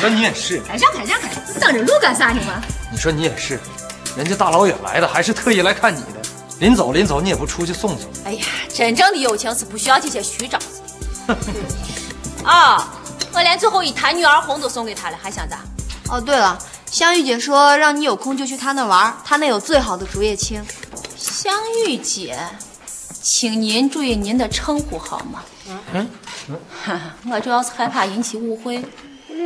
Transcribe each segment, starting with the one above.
说你也是，哎，让开让开，挡着路干啥呢嘛？你说你也是，人家大老远来的，还是特意来看你的。临走临走，你也不出去送送。哎呀，真正的友情是不需要这些虚招 子。啊，我连最后一坛女儿红都送给他了，还想咋？哦，对了，香玉姐说让你有空就去她那玩，她那有最好的竹叶青。香玉姐，请您注意您的称呼好吗？嗯， 我主要是害怕引起误会。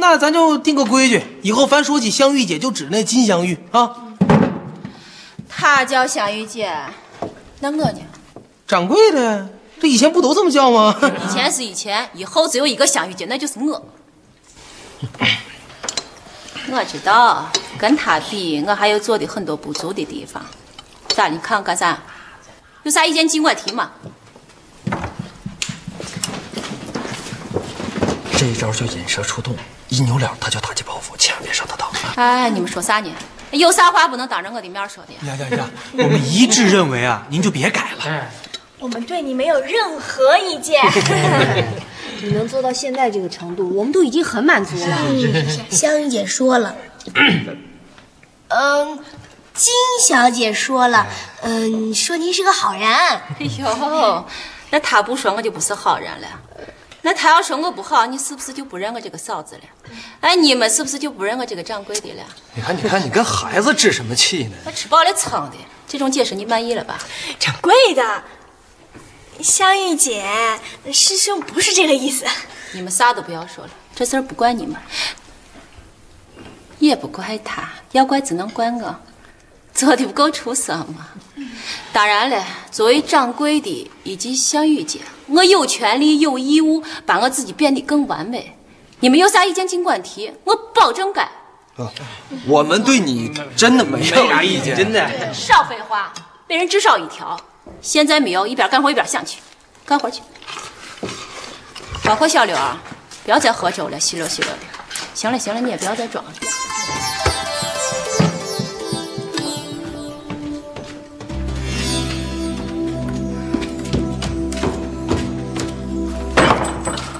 那咱就定个规矩，以后凡说起香玉姐，就指那金香玉啊。她叫香玉姐，那我呢？掌柜的，这以前不都这么叫吗？ 以前是以前，以后只有一个香玉姐，那就是我。我知道，跟她比，我还有做的很多不足的地方。咋？你看我干啥？有啥意见尽管提嘛。这一招叫引蛇出洞，一扭脸他就打击报复，千万别上他当。哎，你们说啥呢？有啥话不能当着我的面说的？ 呀呀呀！我们一致认为啊，您就别改了。我们对你没有任何意见。你能做到现在这个程度，我们都已经很满足了。 香玉姐说了， 嗯，金小姐说了，嗯，说您是个好人。哎呦，那她不说我就不是好人了。那她要说我不好，你是不是就不认我这个嫂子了？哎，你们是不是就不认我这个掌柜的了？你看，你看，你跟孩子置什么气呢？我吃饱了撑的，这种解释你满意了吧？掌柜的，香玉姐，师兄不是这个意思。你们啥都不要说了，这事儿不怪你们，也不怪他，要怪只能怪我，做的不够出色嘛。当然了，作为掌柜的以及香玉姐，我有权利、有义务把我自己变得更完美。你们有啥意见尽管提，我保证改。我们对你真的没有啥意见，真的。少废话，被人支上一条。现在没有，一边干活一边想去，干活去。包括小刘啊，不要再喝粥了，稀溜稀溜的。行了行了，你也不要再装了。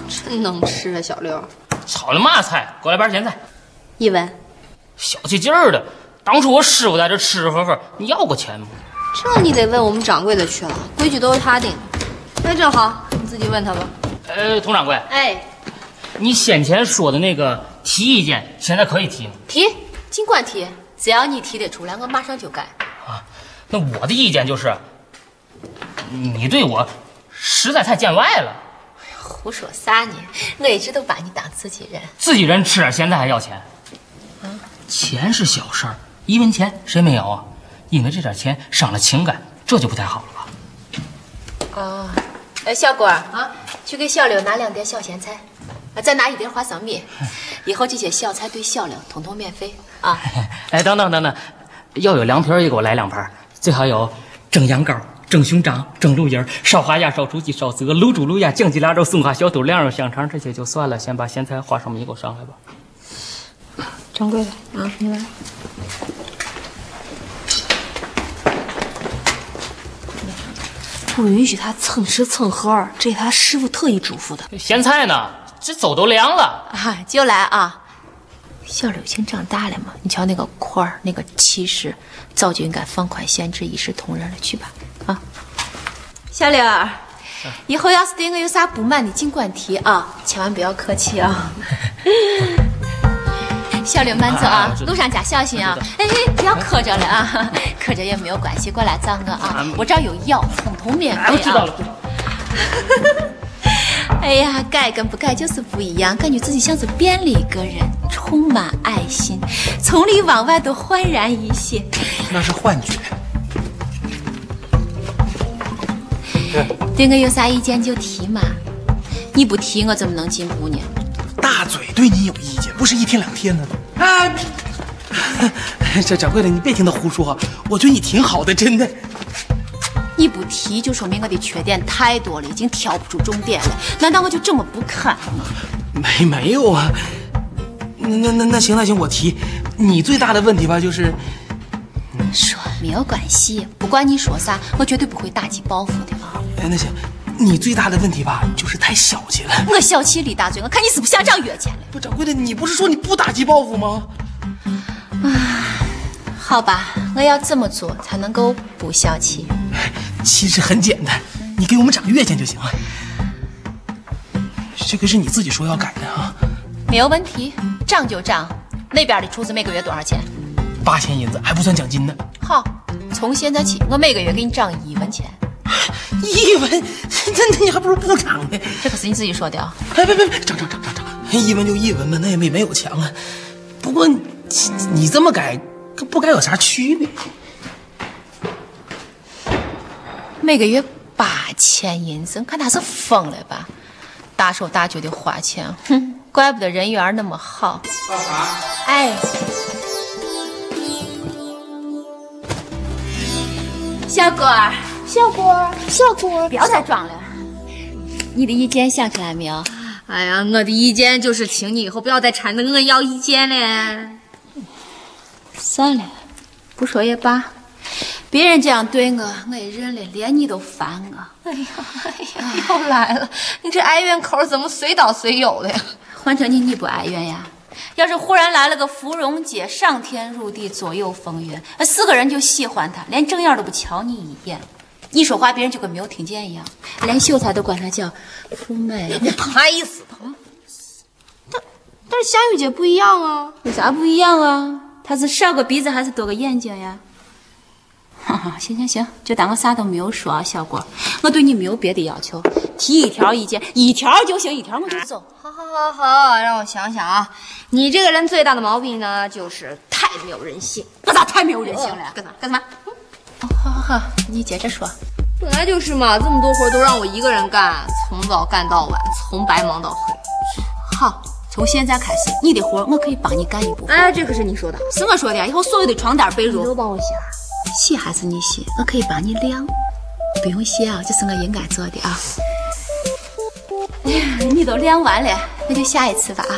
真能吃啊，小六！炒的嘛菜？过来盘咸菜。一文，小气劲儿的。当初我师傅在这吃吃喝喝，你要过钱吗？这你得问我们掌柜的去了，规矩都是他定的。哎那正好，你自己问他吧。呃，佟掌柜，哎，你先前说的那个提意见，现在可以提吗？提，尽管提，只要你提得出来，我马上就改。那我的意见就是，你对我实在太见外了。胡说啥呢？我一直都把你当自己人。自己人吃点咸菜还要钱，啊钱是小事儿，一文钱谁没有啊？因为这点钱伤了情感，这就不太好了吧？哦，哎，小郭啊，去给小刘拿两碟小咸菜，啊，再拿一碟花生米。以后这些小菜对小刘统统免费啊！ 哎，等等等等，要有凉皮儿也给我来两盘儿，最好有蒸羊羔、蒸熊掌、蒸鹿尾儿、烧花鸭、烧雏鸡、烧鹅、卤猪、卤鸭、酱鸡、腊肉、松花小肚、晾肉香肠，这些就算了，先把咸菜、花生米给我上来吧。嗯掌柜的，啊，你来。不允许他蹭吃蹭喝，这是他师傅特意嘱咐的。咸菜呢？这走都凉了，啊，就来啊！小柳已经长大了嘛，你瞧那个块儿，那个气势，早就应该放宽限制，一视同仁了。去吧，啊！小柳儿，啊以后要是对我有啥不满，你尽管提啊，千万不要客气 啊。小柳慢走啊啊我知，道路上加小心啊！哎，不要磕着了啊，磕着也没有关系，过来找我啊，我这儿有药，统统免费哎，我啊。知道了。哎呀，改跟不改就是不一样，感觉自己像是变了一个人，充满爱心，从里往外都焕然一新。那是幻觉。对我有啥意见就提嘛，你不提我怎么能进步呢？大嘴对你有意见，不是一天两天的。哎， 这掌柜的，你别听他胡说，啊我觉得你挺好的，真的。你不提就说明我的缺点太多了，已经挑不出重点了。难道我就这么不堪吗？没没有啊？那那那那行那行，我提。你最大的问题吧，就是说没有关系，不管你说啥，我绝对不会打击报复的啊。哎，那行，你最大的问题吧，就是太小气了。我小气李大嘴，我看你是不想长月钱了。不，掌柜的，你不是说你不打击报复吗？好吧，我要这么做才能够不小气。其实很简单，你给我们涨个月钱就行了。这个是你自己说要改的啊，没有问题，涨就涨。那边的厨子每个月多少钱？八千银子还不算奖金呢。好，从现在起，我每个月给你涨一文钱。一文，那那你还不如不涨呢。这可是你自己说的啊！哎，别别别，涨涨涨涨涨，一文就一文吧，那也没没有强啊。不过你你这么改跟不改有啥区别？每个月八千银子，看他是疯了吧？大手大脚的花钱，哼，怪不得人缘那么好。哎，小果儿，小果儿，小果儿不，要再装了。你的意见想出来没有？哎呀，我的意见就是，请你以后不要再缠着我要意见了。算了，不说也罢。别人这样对我，我也认了，连你都烦我。又来了，你这哀怨口怎么随倒随有的呀？换成你，你不哀怨呀？要是忽然来了个芙蓉姐，上天入地，左右逢源，那四个人就喜欢她，连正眼都不瞧你一眼，一说话别人就跟没有听见一样，连秀才都管她叫夫 妹。捧啥意思？但是香玉姐不一样啊。有啥不一样啊？她是少个鼻子还是多个眼睛呀？哈哈，啊行行行，就当我啥都没有说啊，小郭，我对你没有别的要求，提一条意见，一条就行，一条我就走。好好好好，让我想想啊，你这个人最大的毛病呢，就是太没有人性。我咋太没有人性呃了呀？干嗯哦啥干什么？好好好，你接着说。本来就是嘛，这么多活都让我一个人干，从早干到晚，从白忙到黑。好，从现在开始，你的活儿我可以帮你干一部分。哎，这可是你说的，是我说的呀，以后所有的床单被嗯都褥帮我啊洗洗还是你洗，我可以帮你晾。不用谢啊，这是我应该做的啊。哎呀，你都晾完了，那就下一次吧啊。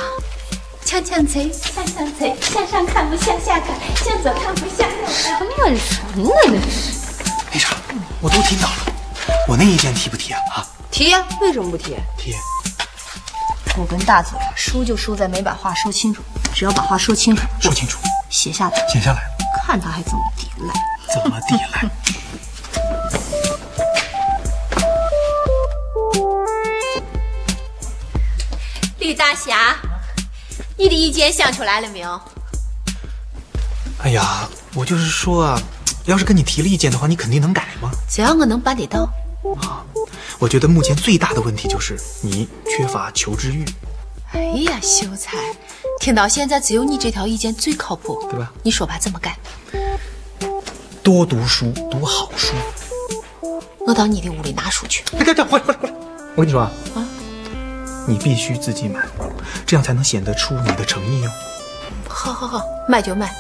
抢抢贼，向上贼，向上看不向下看，向左看不向右看。没啥，我都听到了。我那意见提不提啊？啊，提呀、为什么不提？提。我跟大嘴啊输就输在没把话说清楚，只要把话说清楚，说清楚，写下来，写下来，看他还怎么抵赖。怎么抵赖？吕大侠，你的意见想出来了没有？哎呀，我就是说啊，要是跟你提了意见的话，你肯定能改吗？只要我能办得到，我觉得目前最大的问题就是你缺乏求知欲，哎呀，秀才，听到现在只有你这条意见最靠谱，对吧？你说吧，怎么改？多读书，读好书。我到你的屋里拿书去。哎，等等，回来回来回来！我跟你说啊，你必须自己买，这样才能显得出你的诚意哦。好好好，买就买。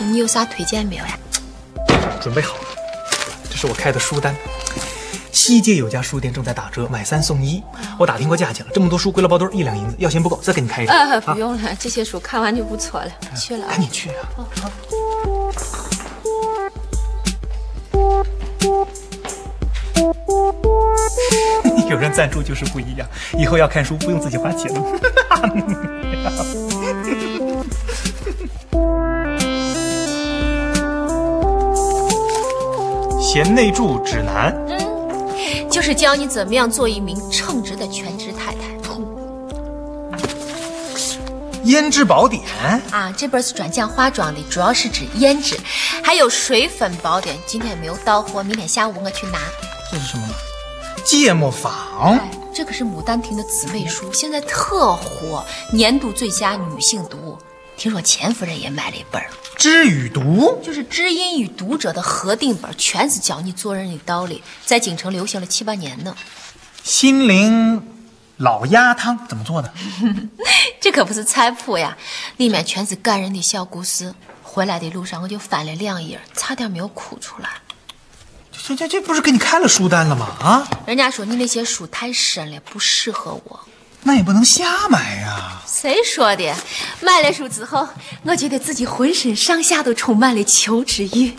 你有啥推荐没有呀？准备好了，这是我开的书单。西街有家书店正在打折，买三送一。我打听过价钱了，这么多书归了包堆儿，一两银子，要嫌不够再给你开一个。呃，啊不用了，这些书看完就不错了。去了啊赶，紧去啊！ 有人赞助就是不一样，以后要看书不用自己花钱了。贤内助指南，就是教你怎么样做一名称职的全职太太。胭脂宝典，啊，这本是专讲化妆的，主要是指胭脂，还有水粉宝典。今天没有到货，明天下午我去拿。这是什么？芥末坊，哎，这可是牡丹亭的姊妹书，现在特火，年度最佳女性读物。听说钱夫人也买了一本儿。知与读。就是知音与读者的合订本，全是教你做人的道理，在京城流行了七八年呢。心灵老鸭汤怎么做的？这可不是菜谱呀，里面全是感人的小故事。回来的路上我就翻了两页，差点没有哭出来。这这这不是给你开了书单了吗？啊，人家说你那些书太深了，不适合我。那也不能瞎买呀、谁说的？买了书之后，我觉得自己浑身上下都充满了求知欲。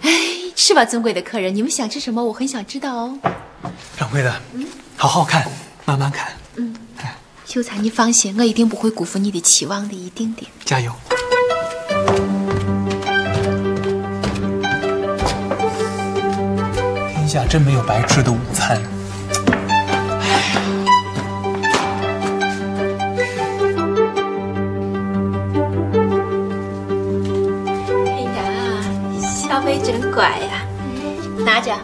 哎，是吧，尊贵的客人，你们想吃什么？我很想知道哦。掌柜的，好好看，慢慢看，秀才，你放心，啊我一定不会辜负你的期望的，一定的。加油！天下真没有白吃的午餐。哎呀，小薇真乖呀！拿着，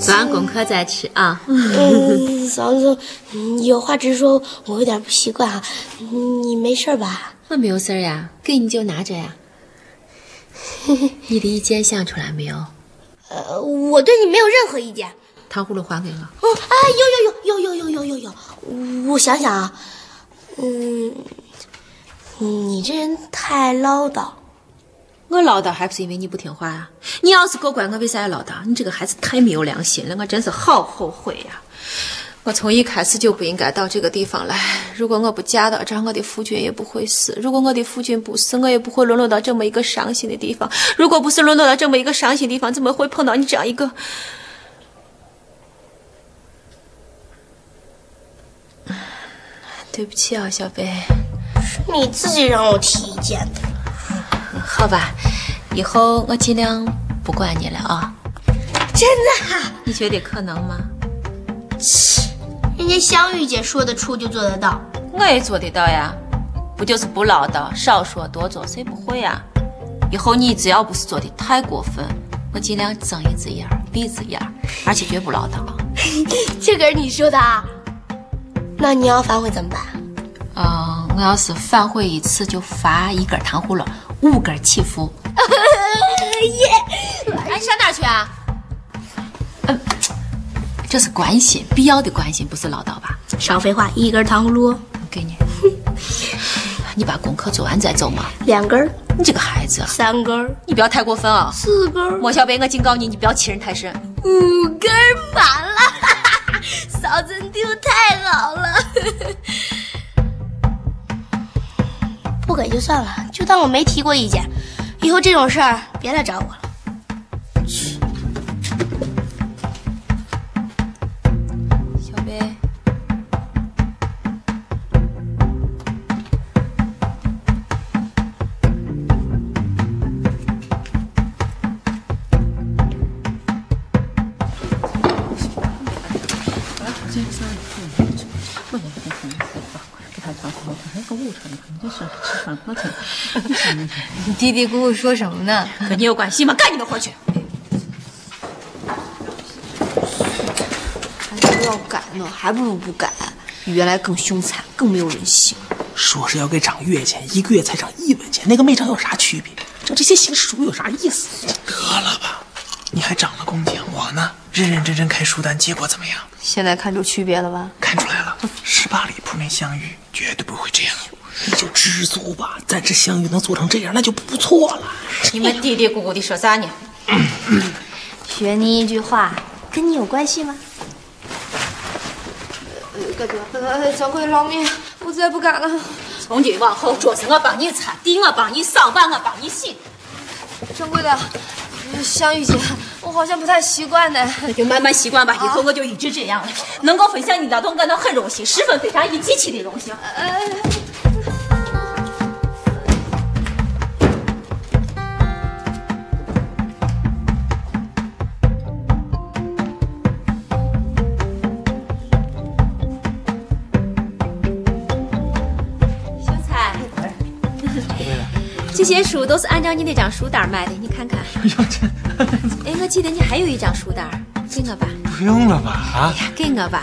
做完功课再吃啊。嗯，嫂子，嗯有话直说，我有点不习惯啊。你没事吧？我没有事儿呀，给你就拿着 呀。你的意见想出来没有？呃，我对你没有任何意见。糖葫芦还给我。哦，啊，有有有有有有有有有，我想想啊，嗯，你这人太唠叨。我唠叨还不是因为你不听话啊！你要是够乖，我为啥要唠叨？你这个孩子太没有良心了，我真是好后悔呀、我从一开始就不应该到这个地方来。如果我不嫁到这儿，我的夫君也不会死；如果我的夫君不死，我也不会沦落到这么一个伤心的地方。如果不是沦落到这么一个伤心的地方，怎么会碰到你这样一个……对不起啊，小贝。你自己让我提意见的。好吧，以后我尽量不管你了啊。真的啊，你觉得可能吗？人家香玉姐说得出就做得到。我也做得到呀，不就是不唠叨，少说多做，谁不会呀？以后你只要不是做的太过分，我尽量睁一只眼儿闭一只眼儿，而且绝不唠叨啊。这可是你说的啊？那你要反悔怎么办？啊嗯，我要是反悔一次，就罚一根糖葫芦，五根起 伏。哎，你上哪儿去啊？嗯，呃这是关心，必要的关心，不是唠叨吧？少废话，一根糖葫芦，给你， 你把功课做完再走嘛。两根儿，你这个孩子，三根儿，你不要太过分啊！四根儿，莫小贝，我警告你，你不要欺人太甚。五根儿满了， 嫂子你对我太好了。 不给就算了，就当我没提过意见。以后这种事儿别来找我了。小贝，你嘀嘀咕咕说什么 呢？跟你有关系吗？干你的活去！还哎要改呢，还不如不改，比原来更凶残，更没有人性。说是要给涨月钱，一个月才涨一文钱，那个没涨有啥区别？整这些形式主义有啥意思？得了吧，你还涨了工钱，我呢，认认真真开书单，结果怎么样？现在看出区别了吧？看出来了，十八里铺那相遇绝对不会这样。你就知足吧，咱这相遇能做成这样，那就不错了。你们嘀嘀咕咕的说啥呢？学你一句话，跟你有关系吗？哥哥，呃，掌柜饶命，我再不敢了。从今往后，桌子我帮你擦，地我帮你扫，碗我帮你洗，掌柜的，呃香玉姐，我好像不太习惯呢。那就慢慢习惯吧。以后我就一直这样了。能够分享你劳动，感到很荣幸，十分非常一极其的荣幸。秀才， 这些书都是按照你那张书单买的，你看看。哎，我记得你还有一张书单儿，给我吧，不用了 吧？啊，给我吧，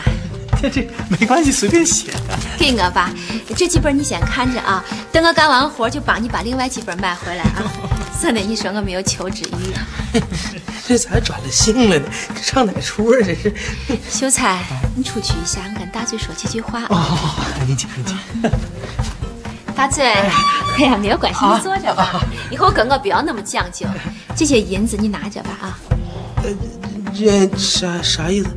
这这没关系，随便写的。给我吧。这几本你先看着啊，等我干完活就帮你把另外几本买回来啊。 真的，你说我没有求知欲。这咋还转了性了呢？这上哪出啊？这是。秀才，你出去一下，我跟大嘴说几句话啊。哦，好好好，您请您请。大嘴，哎呀，没有关系，你坐着吧。以后跟我不要那么讲究。这些银子你拿着吧啊。这啥啥意思？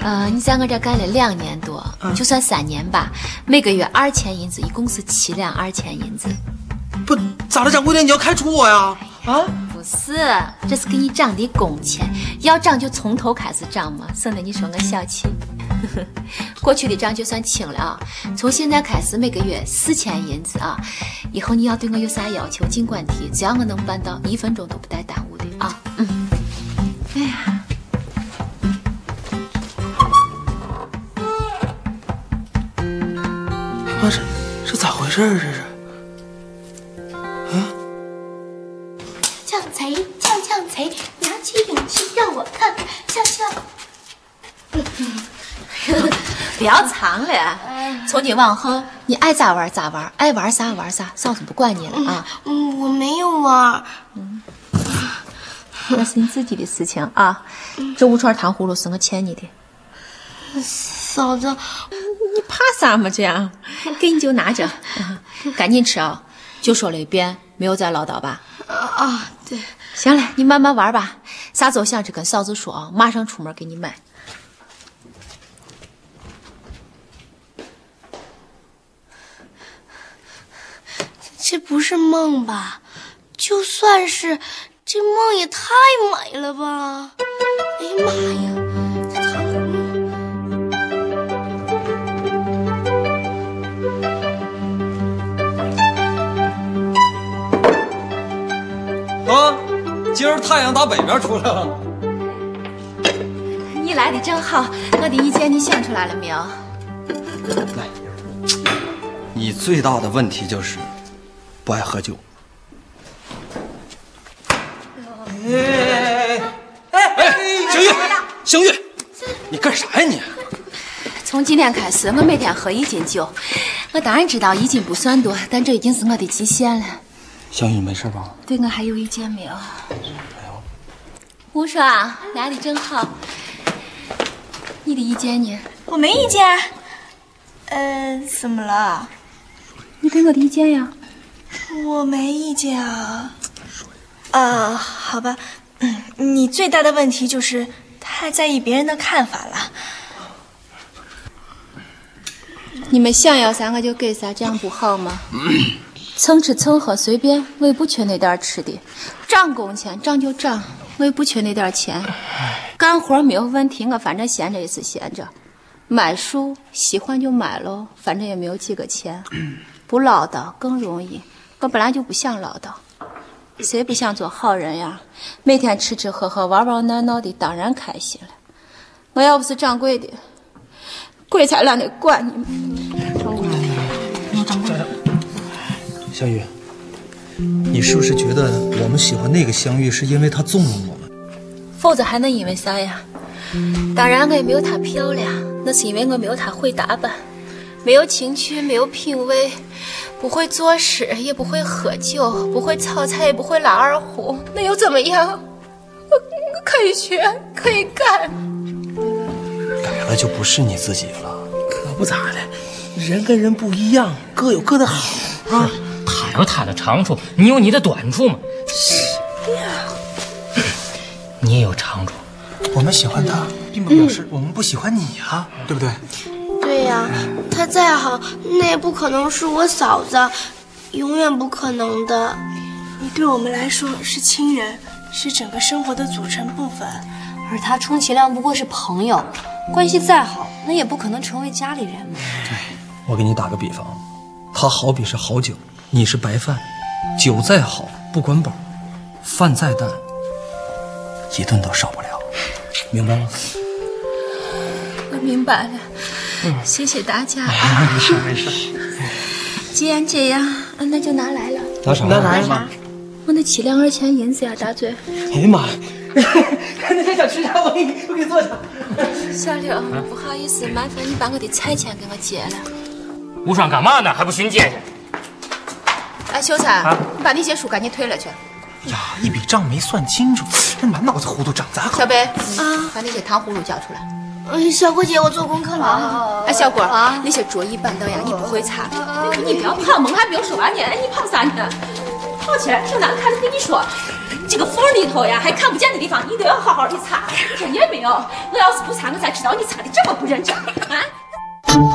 呃，你在我这干了两年多，就算三年吧，每个月二千银子，一共是七两二千银子。不，咋了，掌柜的？你要开除我呀？啊，不不是，这是给你涨的工钱，要涨就从头开始涨嘛，省得你说我小气。 过去的账就算清了啊，从现在开始每个月四千银子啊，以后你要对我有啥要求尽管提，只要我能办到，一分钟都不带耽误的啊。嗯，妈这这咋回事儿？这是抢贼，抢抢贼，拿起勇气让我看看，抢抢。不要藏了，从今往后你爱咋玩咋玩，爱玩啥玩啥，嫂子不管你了啊，嗯，我没有啊玩。那是你自己的事情啊。这五串糖葫芦是我欠你的。嫂子，啊怕啥嘛？这 样，给你就拿着， 啊赶紧吃啊！就说了一遍，没有再唠叨吧？啊啊，对，行了，你慢慢玩吧，啥走想着跟嫂子说啊，马上出门给你买。这不是梦吧？就算是，这梦也太美了吧！哎呀妈呀，这糖葫芦。啊，今儿太阳打北边出来了。你来的正好，我的意见你想出来了没有？你最大的问题就是不爱喝酒。哎哎哎哎哎！星月，星月，你干啥呀你？从今天开始，我每天喝一斤酒。我当然知道一斤不算多，但这已经是我的极限了。小雨没事吧？对我还有意见没有？胡说啊，来的正好。你的意见呢？我没意见。嗯、怎么了？你给我的意见呀？我没意见啊。啊，好吧，嗯你最大的问题就是太在意别人的看法了。你们想要啥我就给啥，这样不好吗？蹭吃蹭喝随便，我也不缺那点儿吃的。涨工钱涨就涨，我也不缺那点儿钱。干活没有问题，我反正闲着也是闲着。买书喜欢就买喽，反正也没有几个钱。不唠叨更容易，我本来就不想唠叨。谁不想做好人呀？每天吃吃喝喝玩玩闹闹的，当然开心了。我要不是掌柜的，鬼才懒得管你们。小雨，你是不是觉得我们喜欢那个香玉是因为他纵容我们？否则还能因为啥呀？当然我也没有她漂亮，那是因为我没有她会打扮，没有情趣，没有品味，不会做事，也不会喝酒，不会炒菜，也不会拉二胡，那又怎么样？我我可以学，可以干。改了就不是你自己了。可不咋的，人跟人不一样，各有各的好啊。他有他的长处，你有你的短处嘛。你也有长处，我们喜欢他，并不表示我们不喜欢你啊，对不对？对呀、她再好，那也不可能是我嫂子，永远不可能的。你对我们来说是亲人，是整个生活的组成部分。而他充其量不过是朋友，关系再好，那也不可能成为家里人。我给你打个比方，他好比是好酒，你是白饭，酒再好不管饱，饭再淡，一顿都少不了，明白吗？我明白了，谢谢大家。啊。既然这样，啊那就拿来了。拿啥？拿啥呀？我那七两二钱银子呀，大嘴。哎呀妈呀！那他想吃啥，我给你我给你做啥。小柳，不好意思，麻烦你把我的菜钱给我结了。无双干嘛呢？还不巡街去？哎，秀才，你把那些书赶紧退了去。呀，一笔账没算清楚，这满脑子糊涂，长咋好小？北，啊，把那些糖葫芦交出来。嗯，小郭姐，我做功课了啊。哎，小郭，那些桌椅板凳呀，你不会擦。哎你不要跑嘛，我还没有说完呢。哎，你跑啥呢？跑起来挺难看的，跟你说，这个缝里头呀，还看不见的地方，你都要好好的擦。你听见没有？我要是不擦，我才知道你擦的这么不认真啊！啊！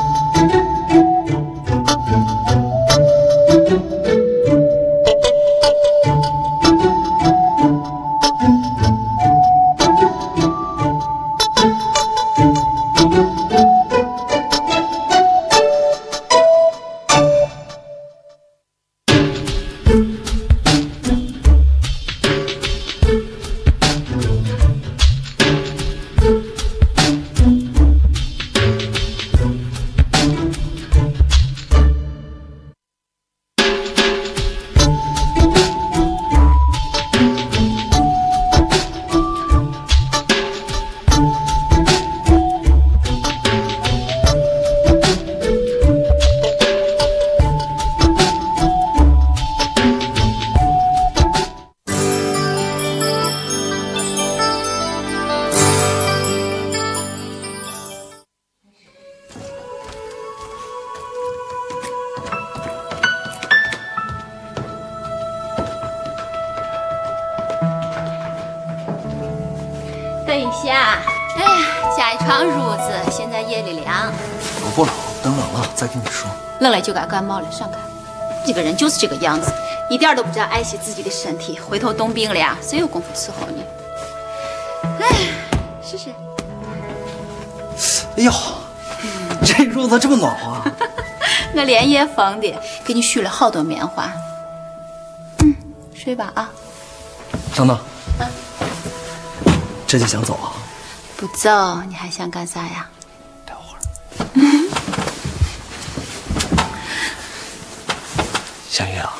一下。哎呀，下一床褥子，现在夜里凉，冷不冷？等冷了再跟你说。愣了就该感冒了。上看，这个人就是这个样子，一点都不知道爱惜自己的身体，回头冻病了呀，谁有功夫伺候你？哎，试试。哎呦，这褥子这么暖和、啊，我连夜缝的，给你续了好多棉花。嗯，睡吧啊，等等，嗯这就想走啊？不走，你还想干啥呀？ 小月啊，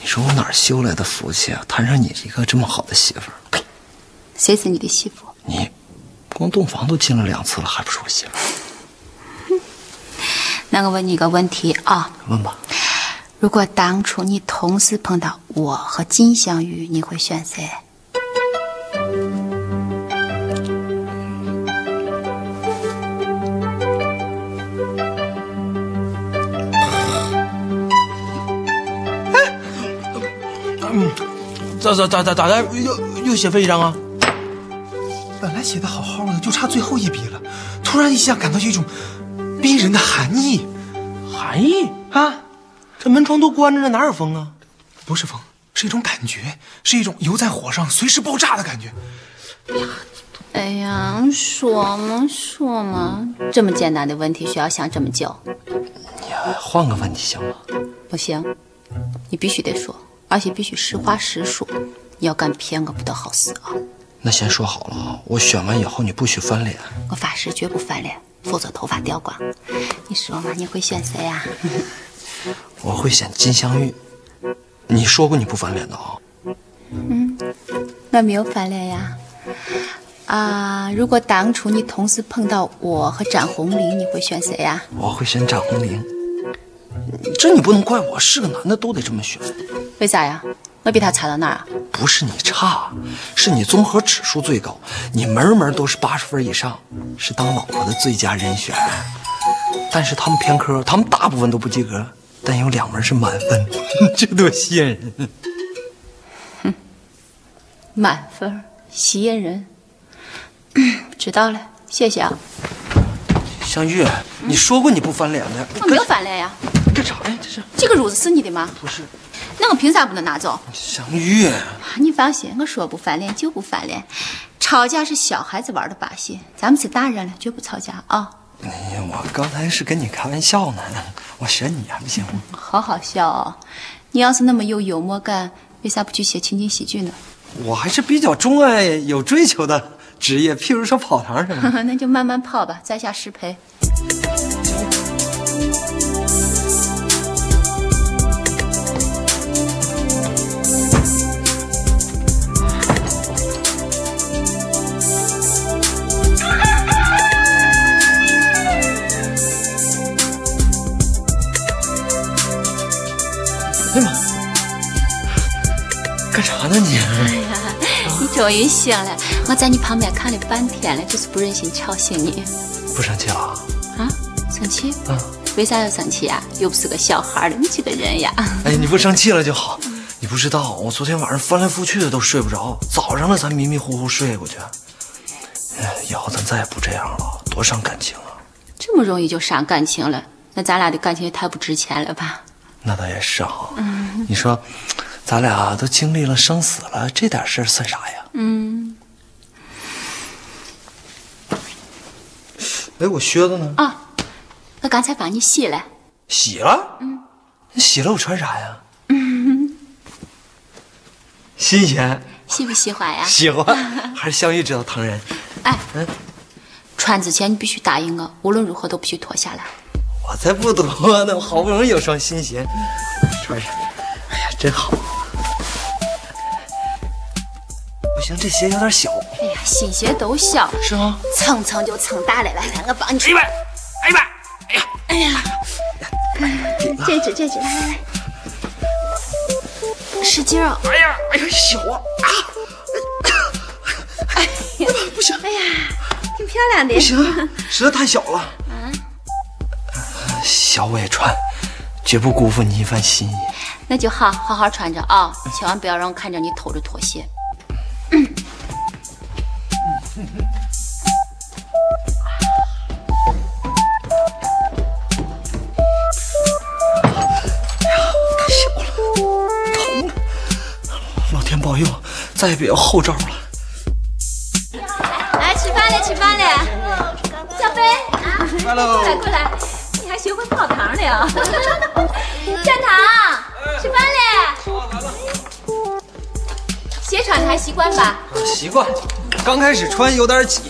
你说我哪儿修来的福气啊，摊上你一个这么好的媳妇儿？ 谁是你的媳妇？你光洞房都进了两次了，还不是我媳妇儿？那我问你一个问题啊，问吧，如果当初你同时碰到我和金镶玉，你会选谁？嗯咋咋咋咋咋的？又又写废一张啊？本来写的好好的，就差最后一笔了，突然一下感到有一种逼人的寒意。寒意啊？这门窗都关着呢，哪有风啊？不是风，是一种感觉，是一种油在火上随时爆炸的感觉。哎呀，说嘛说嘛，这么简单的问题需要想这么久？换个问题行吗？不行，你必须得说，而且必须实话实说。你要敢骗我，不得好死啊！那先说好了啊，我选完以后你不许翻脸。我发誓绝不翻脸，否则头发掉光。你说嘛，你会选谁啊 呀、我会选金镶玉。你说过你不翻脸的啊？嗯，我没有翻脸呀。啊，如果当初你同时碰到我和展红林，你会选谁啊呀、我会选展红绫。这你不能怪我，是个男的都得这么选。为啥呀？我比他差到哪儿啊？不是你差，是你综合指数最高，你门门都是八十分以上，是当老婆的最佳人选。但是他们偏科，他们大部分都不及格，但有两门是满分， 这多吸引人！满分儿，吸引人。 知道了，谢谢啊。香玉，你说过你不翻脸的，我哦没有翻脸呀。干啥呀？这是这个褥子是你的吗？不是。那我凭啥不能拿走？啊香玉，你放心，我说不翻脸就不翻脸。吵架是小孩子玩的把戏，咱们是大人了，绝不吵架啊！哎呀，我刚才是跟你开玩笑呢，我选你还不行吗？好好笑哦！你要是那么有幽默感，为啥不去写情景喜剧呢？ 我还是比较钟爱有追求的职业，譬如说跑堂什 么的。那就慢慢泡吧，在下失陪。哎呀妈，干啥呢你？你终于醒了，我在你旁边看了半天了，就是不忍心吵醒你不生气了啊？啊！生气？啊，为啥要生气呀？又不是个小孩儿了，你这个人呀！啊哎，你不生气了就好。你不知道，我昨天晚上翻来覆去的都睡不着，早上了才迷迷糊糊睡过去。哎，以后咱再也不这样了，多伤感情啊！这么容易就伤感情了，那咱俩的感情也太不值钱了吧？那倒也是哈、嗯你说，咱俩都经历了生死了，这点事儿算啥呀？嗯哎，我靴子呢？啊，我刚才帮你洗了。洗了？嗯，洗了我穿啥呀？嗯，新鲜，喜不喜欢呀？喜欢，还是相遇知道疼人。哎，嗯穿之前你必须答应我，无论如何都必须脱下来。我才不多呢，我好不容易有双新鞋，穿上，哎呀，真好。不行，这鞋有点小。哎呀，新鞋都小，是吗？蹭蹭就蹭大了，来来，我帮你。哎呀妈！哎呀哎呀，这只这只，来来来，使劲儿！哎呀，哎呀，小啊！哎呀，不行！哎呀，挺漂亮的。啊不 行，实在太小了。小我也穿，绝不辜负你一番心意。那就好，好好穿着啊、千万不要让我看着你偷着拖鞋。老天保佑，哎再也别有后招了。来吃饭嘞，吃饭嘞！小飞啊，过来过来，你还学会泡糖了呀？站堂，吃饭嘞！鞋穿的还习惯吧？习惯，刚开始穿有点挤，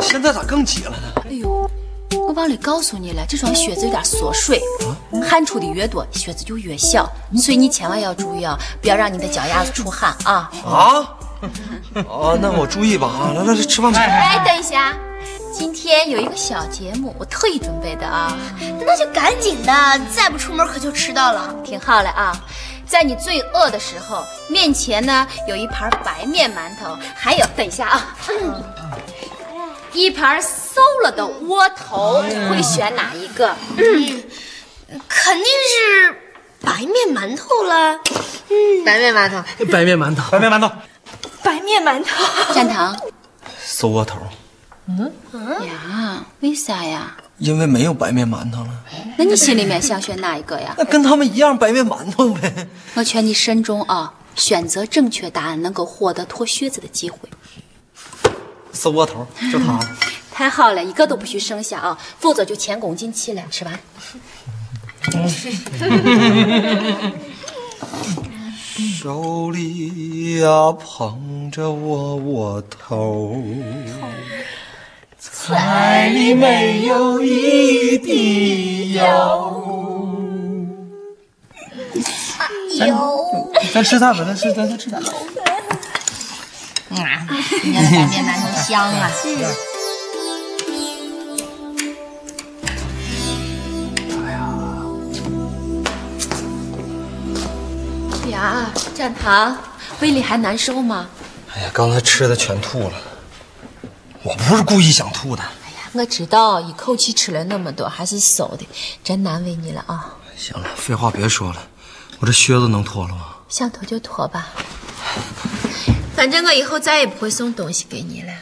现在咋更挤了呢？哎呦，我忘了告诉你了，这双靴子有点缩水，汗出的越多，靴子就越小，所以你千万要注意啊，不要让你的脚丫子出汗啊。啊？ 哦，那我注意吧啊！来来来，吃饭吧。哎，等一下，今天有一个小节目，我特意准备的啊，那就赶紧的，再不出门可就迟到了。挺好了啊。在你最饿的时候，面前呢有一盘白面馒头，还有，等一下啊，一盘馊了的窝头，你会选哪一个？嗯，肯定是白面馒头了。嗯，白面馒头，白面馒头，白面馒头，白面馒头。站堂。馊窝头，嗯呀，为啥呀？因为没有白面馒头了，那你心里面想选哪一个呀？那跟他们一样白面馒头呗。我劝你慎重啊，选择正确答案能够获得脱靴子的机会。馊窝头，就它。太好了，一个都不许剩下啊，否则就前功尽弃了。吃完。手里呀捧着窝窝头，菜里没有一滴油。油，咱吃菜吧，咱吃，咱咱吃菜。啊，你家的白面馒头香啊！呀，站堂，胃里还难受吗？哎呀，刚才吃的全吐了，我不是故意想吐的。我知道，一口气吃了那么多，还是馊的，真难为你了啊！行了，废话别说了，我这靴子能脱了吗？想脱就脱吧，反正我以后再也不会送东西给你了。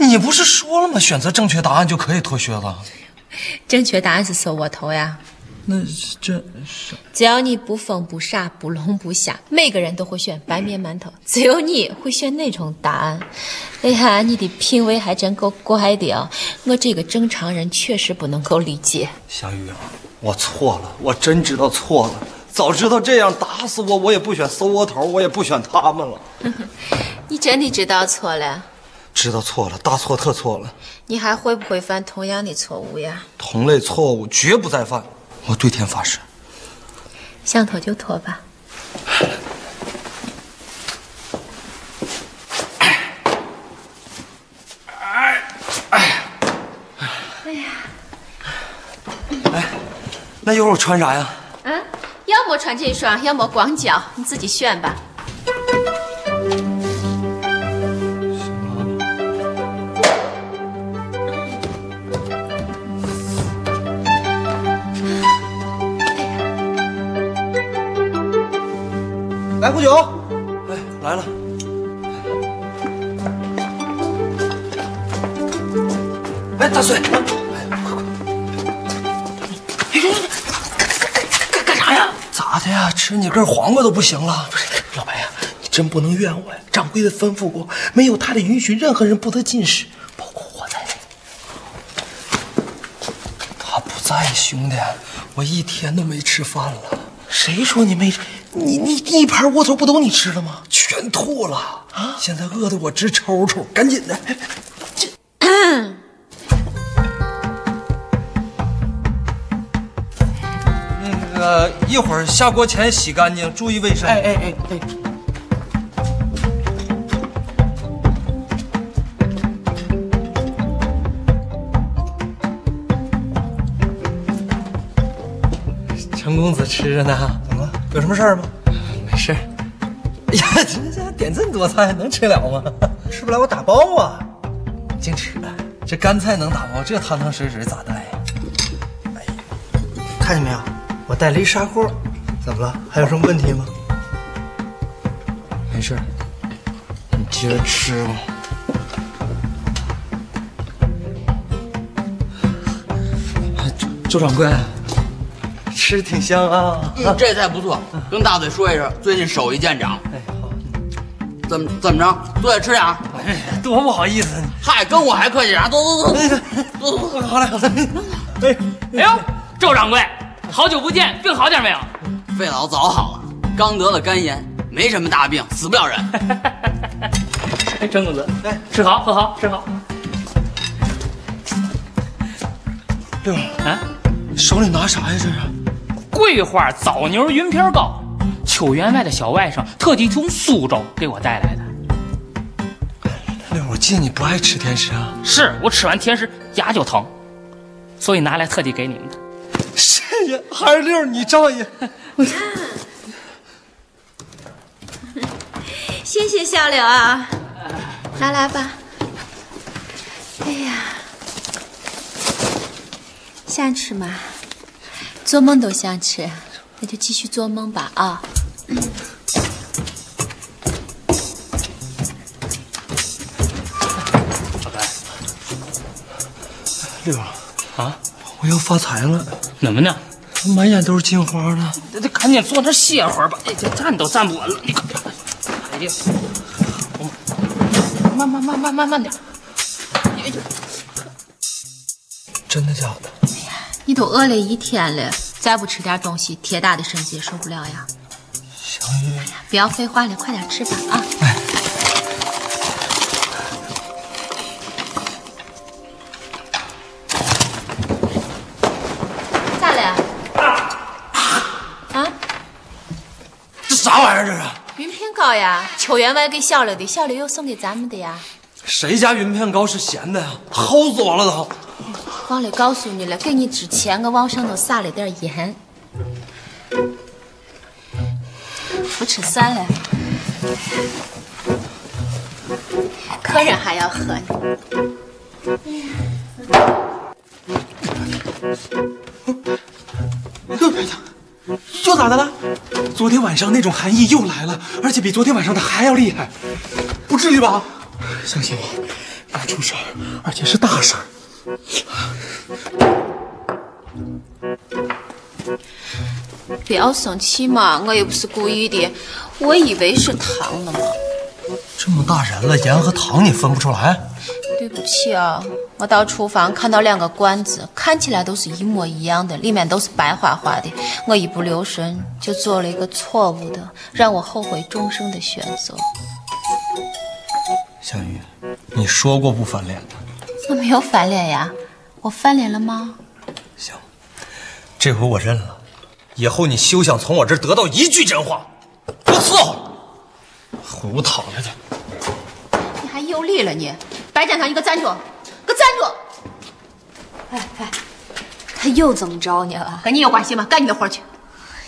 你不是说了吗？选择正确答案就可以脱靴子。正确答案是馊窝头呀。那这是只要你不疯不傻不聋不瞎，每个人都会选白面馒头，只有你会选哪种答案？哎呀，你的品味还真够怪的啊！我这个正常人确实不能够理解。小雨啊，我错了，我真知道错了。早知道这样，打死我我也不选馊窝头，我也不选他们了。你真的知道错了？知道错了，大错特错了，你还会不会犯同样的错误呀？同类错误绝不再犯。我对天发誓，想脱就脱吧。哎哎哎呀，那一会儿我穿啥呀？嗯，要么穿这双，要么光脚，你自己选吧。来壶酒，哎，来了。哎，大嘴，哎，哎快快！干干啥呀？咋的呀？吃你根黄瓜都不行了？不是，老白呀、你真不能怨我呀！掌柜的吩咐过，没有他的允许，任何人不得进食，包括我在内。他不在，兄弟，我一天都没吃饭了。谁说你没吃？你你一盘窝头不都你吃了吗？全吐了啊！现在饿得我直抽抽，赶紧的。那个呃一会儿下锅前洗干净，注意卫生。哎哎哎哎，陈公子吃着啊呢，怎么了？有什么事儿吗？没事儿。呀，这家点这么多菜能吃了吗？吃不来我打包啊！净扯，这干菜能打包，这汤汤水水咋带呀？哎看见没有，我带了一砂锅，怎么了？还有什么问题吗？没事儿，你接着吃吧。周掌柜，吃挺香啊。嗯，这菜不错，跟大嘴说一声，最近手艺见长。哎，怎么怎么着？坐下吃点儿。多不好意思。嗨，跟我还客气啥？走走走，走走，好嘞好嘞。哎哎呦，周掌柜，好久不见，病好点没有？费老早好了，刚得了肝炎，没什么大病，死不了人。哎，张公子，哎，吃好喝好吃好。六啊，手里拿啥呀？这是？桂花枣泥云片糕，邱员外的小外甥特地从苏州给我带来的。六，我记得你不爱吃甜食啊。是我吃完甜食牙就疼，所以拿来特地给你们的。是呀，还是六你仗义。谢谢小柳啊，拿来吧。哎呀，想吃吗？做梦都想吃，那就继续做梦吧啊！老白，六啊，我要发财了，怎么呢？满眼都是金花了。得得赶紧坐那儿歇会儿吧，哎，这站都站不稳了。你看，哎呀，我慢慢慢慢慢慢点。真的假的？你都饿了一天了，再不吃点东西，铁打的身子也受不了呀。哎小雨，哎不要废话了，快点吃吧啊！咋了？啊？这啥玩意儿？这是？云片糕呀，邱员外给小柳的，小柳又送给咱们的呀。谁家云片糕是咸的呀？齁死我了都！忘了告诉你了，给你之前我往上头撒了点盐。不吃算了，客人还要喝呢。哎又咋的了？昨天晚上那种寒意又来了，而且比昨天晚上的还要厉害，不至于吧？相信我，该出事儿，而且是大事儿。不要生气嘛，我又不是故意的，我以为是糖呢嘛。这么大人了，盐和糖你分不出来？对不起啊，我到厨房看到两个罐子，看起来都是一模一样的，里面都是白花花的，我一不留神就做了一个错误的，让我后悔终生的选择。小雨，你说过不翻脸的，我没有翻脸呀，我翻脸了吗？这回我认了。以后你休想从我这儿得到一句真话，不伺候。回屋躺着去。你还用力了你？白展堂，你给我站住！给我站住！哎哎，他又怎么着你了？跟你有关系吗？干你的活去！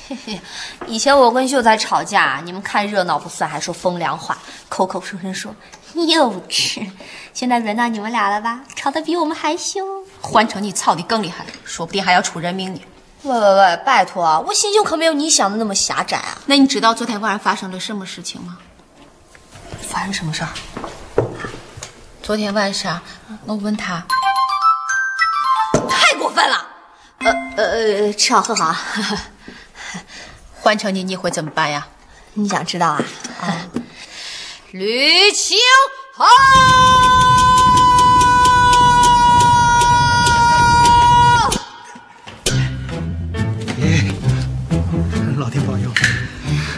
嘿嘿，以前我跟秀才吵架，你们看热闹不算，还说风凉话，口口声声说幼稚。现在轮到你们俩了吧？吵得比我们还凶。换成你操的更厉害，说不定还要出人命呢。喂喂喂，拜托啊，我心胸可没有你想的那么狭窄啊。那你知道昨天晚上发生了什么事情吗？发生什么事儿？昨天晚上我问他，太过分了。呃呃，吃好喝好啊。换成你你会怎么办呀？你想知道啊？吕秋红，哎老天保佑！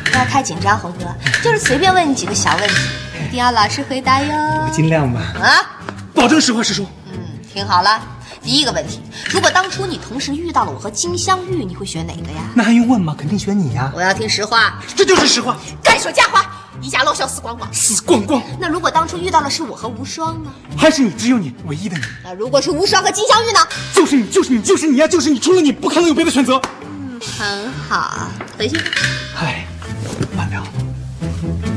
不要太紧张，红哥，就是随便问你几个小问题，一定要老实回答哟。我尽量吧，啊，保证实话实说。听好了，第一个问题，如果当初你同时遇到了我和金镶玉，你会选哪个呀？那还用问吗？肯定选你呀！我要听实话，这就是实话。该说假话，一家老小死光光。死光光，那如果当初遇到的是我和无双呢？还是你，只有你，唯一的你，那如果是无双和金镶玉呢？就是你，就是你，就是你呀，就是你！除了你，不可能有别的选择。很好，回去吧。唉，晚了。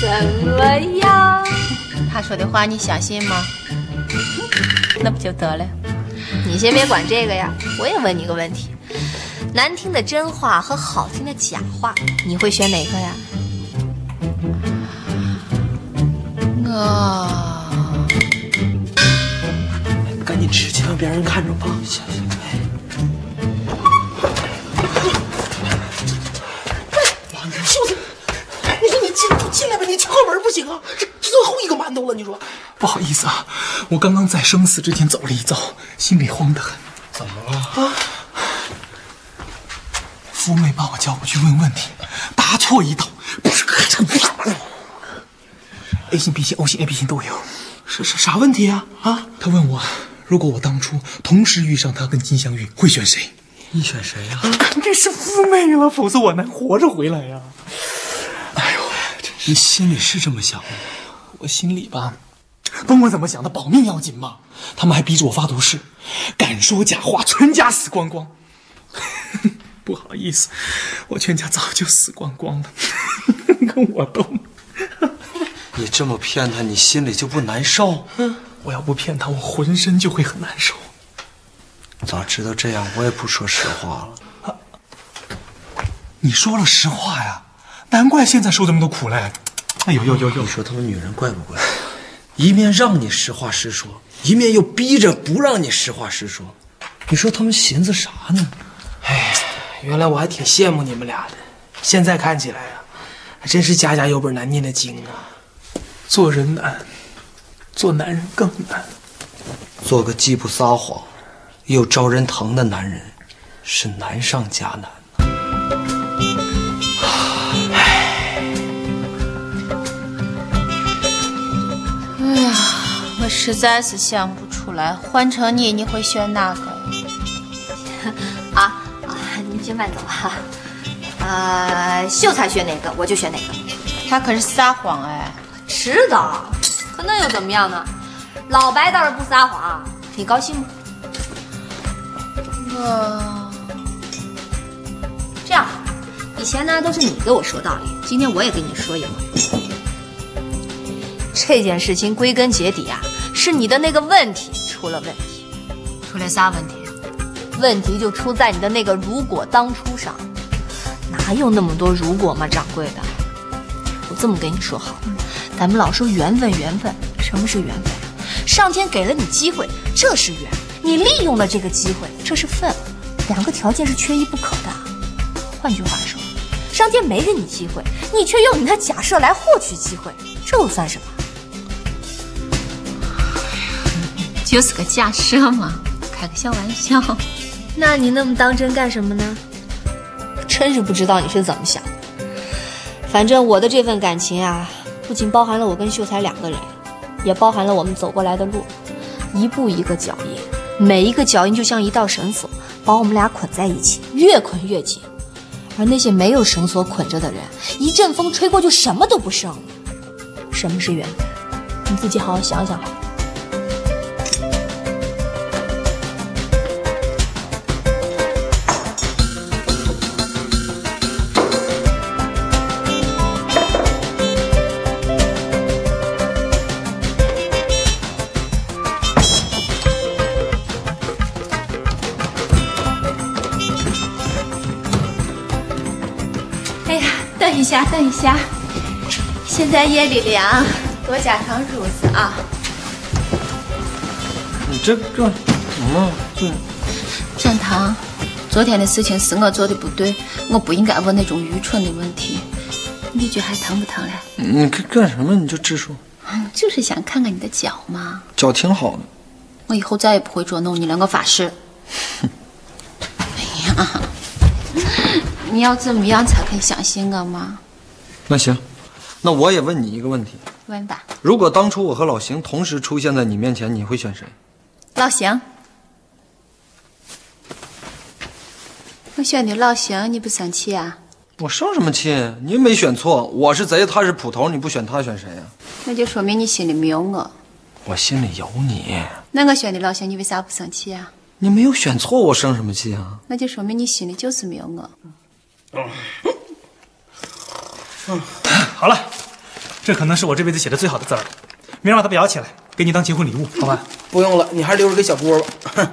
怎么样？他说的话你相信吗？那不就得了？你先别管这个呀，我也问你个问题：难听的真话和好听的假话，你会选哪个呀？我吃，千万别让人看着吧。哎秀子，你说你进你进来吧，你敲门不行啊，这这算后一个馒头了，你说。不好意思啊，我刚刚在生死之前走了一遭，心里慌得很。怎么了？啊！福美把我叫过去问问题，答错一道，不是咔嚓啪嚓，A 型、B 型、O 型、AB 型都有。啥啥啥问题呀、啊？啊！他问我，如果我当初同时遇上他跟金镶玉，会选谁？啊你选谁呀、这是福妹了，否则我难活着回来啊呀、哎你心里是这么想的吗？我心里吧，甭管怎么想，他保命要紧嘛。他们还逼着我发毒誓，敢说假话，全家死光光。 不好意思，我全家早就死光光了， 跟我都。你这么骗他，你心里就不难受？嗯我要不骗他，我浑身就会很难受。早知道这样，我也不说实话了。你说了实话呀，难怪现在受这么多苦嘞。哎呦呦呦呦！你说他们女人怪不怪？ 一面让你实话实说，一面又逼着不让你实话实说。你说他们寻思啥呢？哎原来我还挺羡慕你们俩的，现在看起来呀、还真是家家有本难念的经啊。做人难，做男人更难。做个既不撒谎，又招人疼的男人，是难上加难。哎呀，我实在是想不出来，换成你，你会选哪个呀？啊啊，您先慢走哈。啊，秀才选哪个我就选哪个。他可是撒谎哎。是的，可啊那又怎么样呢？老白倒是不撒谎，你高兴吗？我这样，以前呢都是你给我说道理，今天我也给你说一回。这件事情归根结底啊，是你的那个问题出了问题。出了啥问题？问题就出在你的那个“如果当初”上，哪有那么多“如果”嘛，掌柜的。我这么跟你说好了，咱们老说缘分，缘分，什么是缘分啊？上天给了你机会，这是缘；你利用了这个机会，这是分。两个条件是缺一不可的。换句话说，上天没给你机会，你却用你的假设来获取机会，这又算什么？就是个假设嘛，开个小玩笑。那你那么当真干什么呢？真是不知道你是怎么想的。反正我的这份感情啊，不仅包含了我跟秀才两个人，也包含了我们走过来的路，一步一个脚印，每一个脚印就像一道绳索，把我们俩捆在一起，越捆越紧。而那些没有绳索捆着的人，一阵风吹过就什么都不剩了。什么是缘分？你自己好好想想吧。哎呀，等一下，等一下，现在夜里凉，多加上褥子啊。你这这怎么了？这展堂，昨天的事情是我做的不对，我不应该问那种愚蠢的问题。你这脚还疼不疼了？你干干什么？你就直说，嗯就是想看看你的脚嘛。脚挺好的。我以后再也不会捉弄你了，我发誓。哎呀，你要怎么样才肯啊相信我嘛？那行，那我也问你一个问题：问吧，如果当初我和老邢同时出现在你面前，你会选谁？老邢。我选的老邢，你不生气啊？我生什么气？你没选错，我是贼，他是捕头，你不选他选谁啊呀、那就说明你心里没有我。我心里有你，那我选的老邢，你为啥不生气啊？你没有选错，我生什么气啊？那就说明你心里就是没有我。好了，这可能是我这辈子写的最好的字儿了，明儿把它裱起来，给你当结婚礼物，好吧？不用了，你还是留着给小郭吧。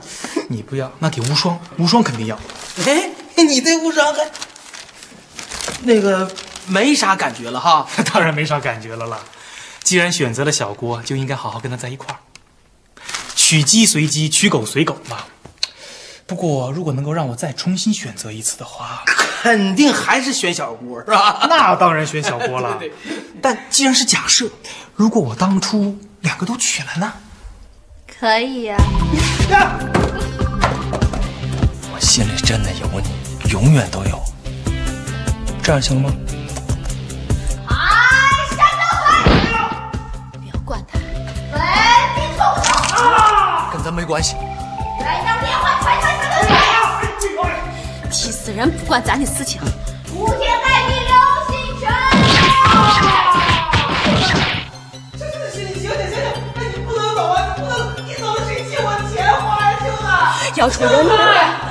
你不要，那给无双，无双肯定要。 哎，你对无双还那个没啥感觉了哈？ 当然没啥感觉了啦。既然选择了小郭，就应该好好跟他在一块儿。去，取鸡随鸡，取狗随狗吧。不过，如果能够让我再重新选择一次的话，肯定还是选小郭是吧？ 那当然选小郭 了对对但既然是假设，如果我 当初两个都娶了呢？可以呀、我心里真的有你，永远都有。这样行吗？喂，你走啊！跟咱没关系。来，让电话传传传传传！踢死人不管咱的事情。无天盖地刘星辰。哎啊要出人命！